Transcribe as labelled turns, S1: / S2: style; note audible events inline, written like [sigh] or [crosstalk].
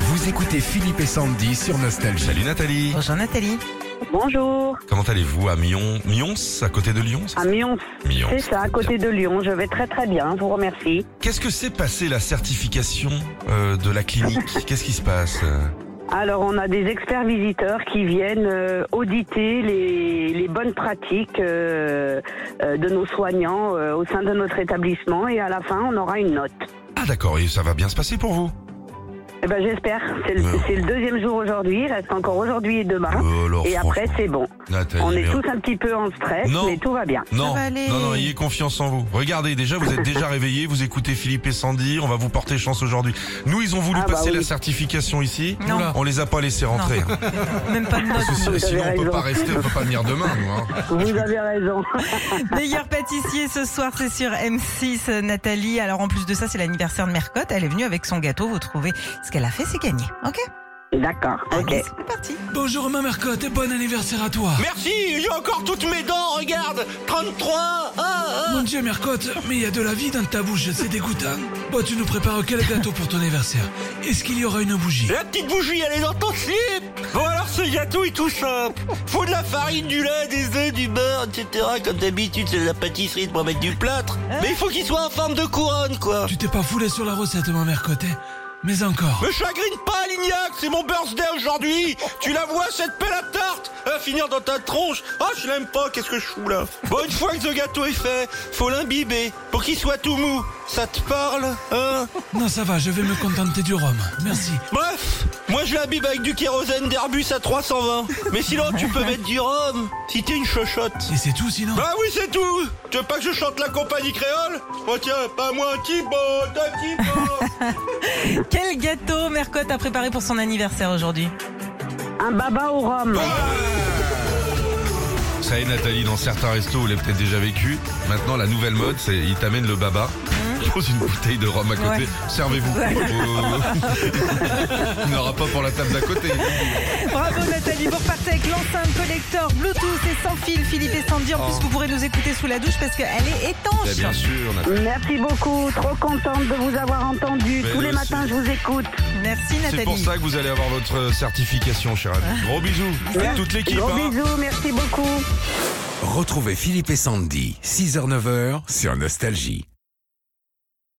S1: Vous écoutez Philippe et Sandy sur Nostalgie.
S2: Salut Nathalie.
S3: Bonjour Nathalie.
S4: Bonjour,
S2: Comment allez-vous à Mion Mions, à côté de Lyon c'est
S4: à
S2: ça
S4: Mion.
S2: Mions.
S4: C'est ça, à côté de Lyon. Je vais très très bien, je vous remercie.
S2: Qu'est-ce que c'est passé la certification euh, de la clinique Qu'est-ce qui se passe euh
S4: Alors, on a des experts visiteurs qui viennent euh, auditer les, les bonnes pratiques euh, euh, de nos soignants euh, au sein de notre établissement et à la fin, on aura une note.
S2: Ah d'accord, et ça va bien se passer pour vous
S4: Eh ben, j'espère. C'est le,
S2: Ouais.
S4: c'est le deuxième jour aujourd'hui, il reste encore aujourd'hui et demain.
S2: Euh, alors,
S4: et après,
S2: franchement,
S4: c'est bon.
S2: Nathalie,
S4: On est
S2: merde.
S4: tous un petit peu en stress,
S2: Non.
S4: mais tout va bien.
S2: Non,
S3: Ça va aller.
S2: non, non, ayez confiance en vous. Regardez, déjà, vous êtes déjà réveillés, vous écoutez Philippe et Sandy, on va vous porter chance aujourd'hui. Nous, ils ont voulu
S4: Ah, bah
S2: passer la
S4: oui.
S2: certification ici,
S3: Non. Oula.
S2: on les a pas laissés rentrer. hein.
S3: Même pas de notes.
S2: Parce que si-
S4: Vous avez
S2: sinon, on peut
S4: raison.
S2: pas rester, on peut pas venir demain, nous. hein.
S4: Vous
S2: [laughs]
S4: avez raison.
S3: Meilleur pâtissier ce soir, c'est sur M6, euh, Nathalie. Alors en plus de ça, c'est l'anniversaire de Mercotte. Elle est venue avec son gâteau. Vous trouvez ce qu'elle a fait, c'est gagné. Ok
S4: D'accord, ok.
S3: Allez, C'est parti.
S5: Bonjour ma mercotte et bon anniversaire à toi.
S6: Merci, j'ai encore toutes mes dents, regarde 33 ah, ah.
S5: Mon dieu mercotte, mais il y a de la vie dans ta bouche, c'est dégoûtant. Bon, tu nous prépares quel gâteau pour ton anniversaire Est-ce qu'il y aura une bougie
S6: La petite bougie, elle est dans ton slip Bon alors, ce gâteau est tout simple. Faut de la farine, du lait, des œufs, du beurre, etc. Comme d'habitude, c'est de la pâtisserie, de moi mettre du plâtre. Mais il faut qu'il soit en forme de couronne, quoi.
S5: Tu t'es pas foulé sur la recette ma mercotte, hein mais encore.
S6: Me chagrine pas, Lignac, c'est mon birthday aujourd'hui Tu la vois, cette pelle à tarte À finir dans ta tronche Ah, je l'aime pas, qu'est-ce que je fous, là Bon, une fois que ce gâteau est fait, faut l'imbiber pour qu'il soit tout mou. Ça te parle, hein
S5: Non ça va, je vais me contenter du rhum. Merci.
S6: Bref, moi je l'abîme avec du kérosène d'Airbus à 320. Mais sinon, tu peux mettre du rhum si t'es une chochotte.
S5: Et c'est tout sinon
S6: Bah oui, c'est tout Tu veux pas que je chante la compagnie créole Oh tiens, pas moi, Thibaut, t'as Thibaut
S3: Quel gâteau Mercotte a préparé pour son anniversaire aujourd'hui
S4: Un baba au rhum.
S2: Ça y est, Nathalie, dans certains restos, vous l'avez peut-être déjà vécu. Maintenant, la nouvelle mode, c'est ils t'amènent le baba. Je pose une bouteille de rhum à côté.
S3: Hein Ouais.
S2: Servez-vous.
S3: [laughs]
S2: Oh. Il n'y en aura pas pour la table d'à côté.
S3: Bravo Nathalie, vous repartez avec l'enceinte collector Bluetooth et sans fil Philippe et Sandy. En plus, vous pourrez nous écouter sous la douche parce qu'elle est étanche.
S2: Oh. Eh bien sûr, Nathalie.
S4: Merci beaucoup, trop contente de vous avoir entendu.
S2: Mais
S4: Tous les
S2: aussi.
S4: matins, je vous écoute.
S3: Merci
S2: C'est pour
S3: Nathalie.
S2: ça que vous allez avoir votre certification, cher ami. Gros bisous. Faites toute l'équipe.
S4: Gros
S2: hein.
S4: bisous, merci beaucoup.
S1: Retrouvez Philippe et Sandy, 6h-9h sur Nostalgie.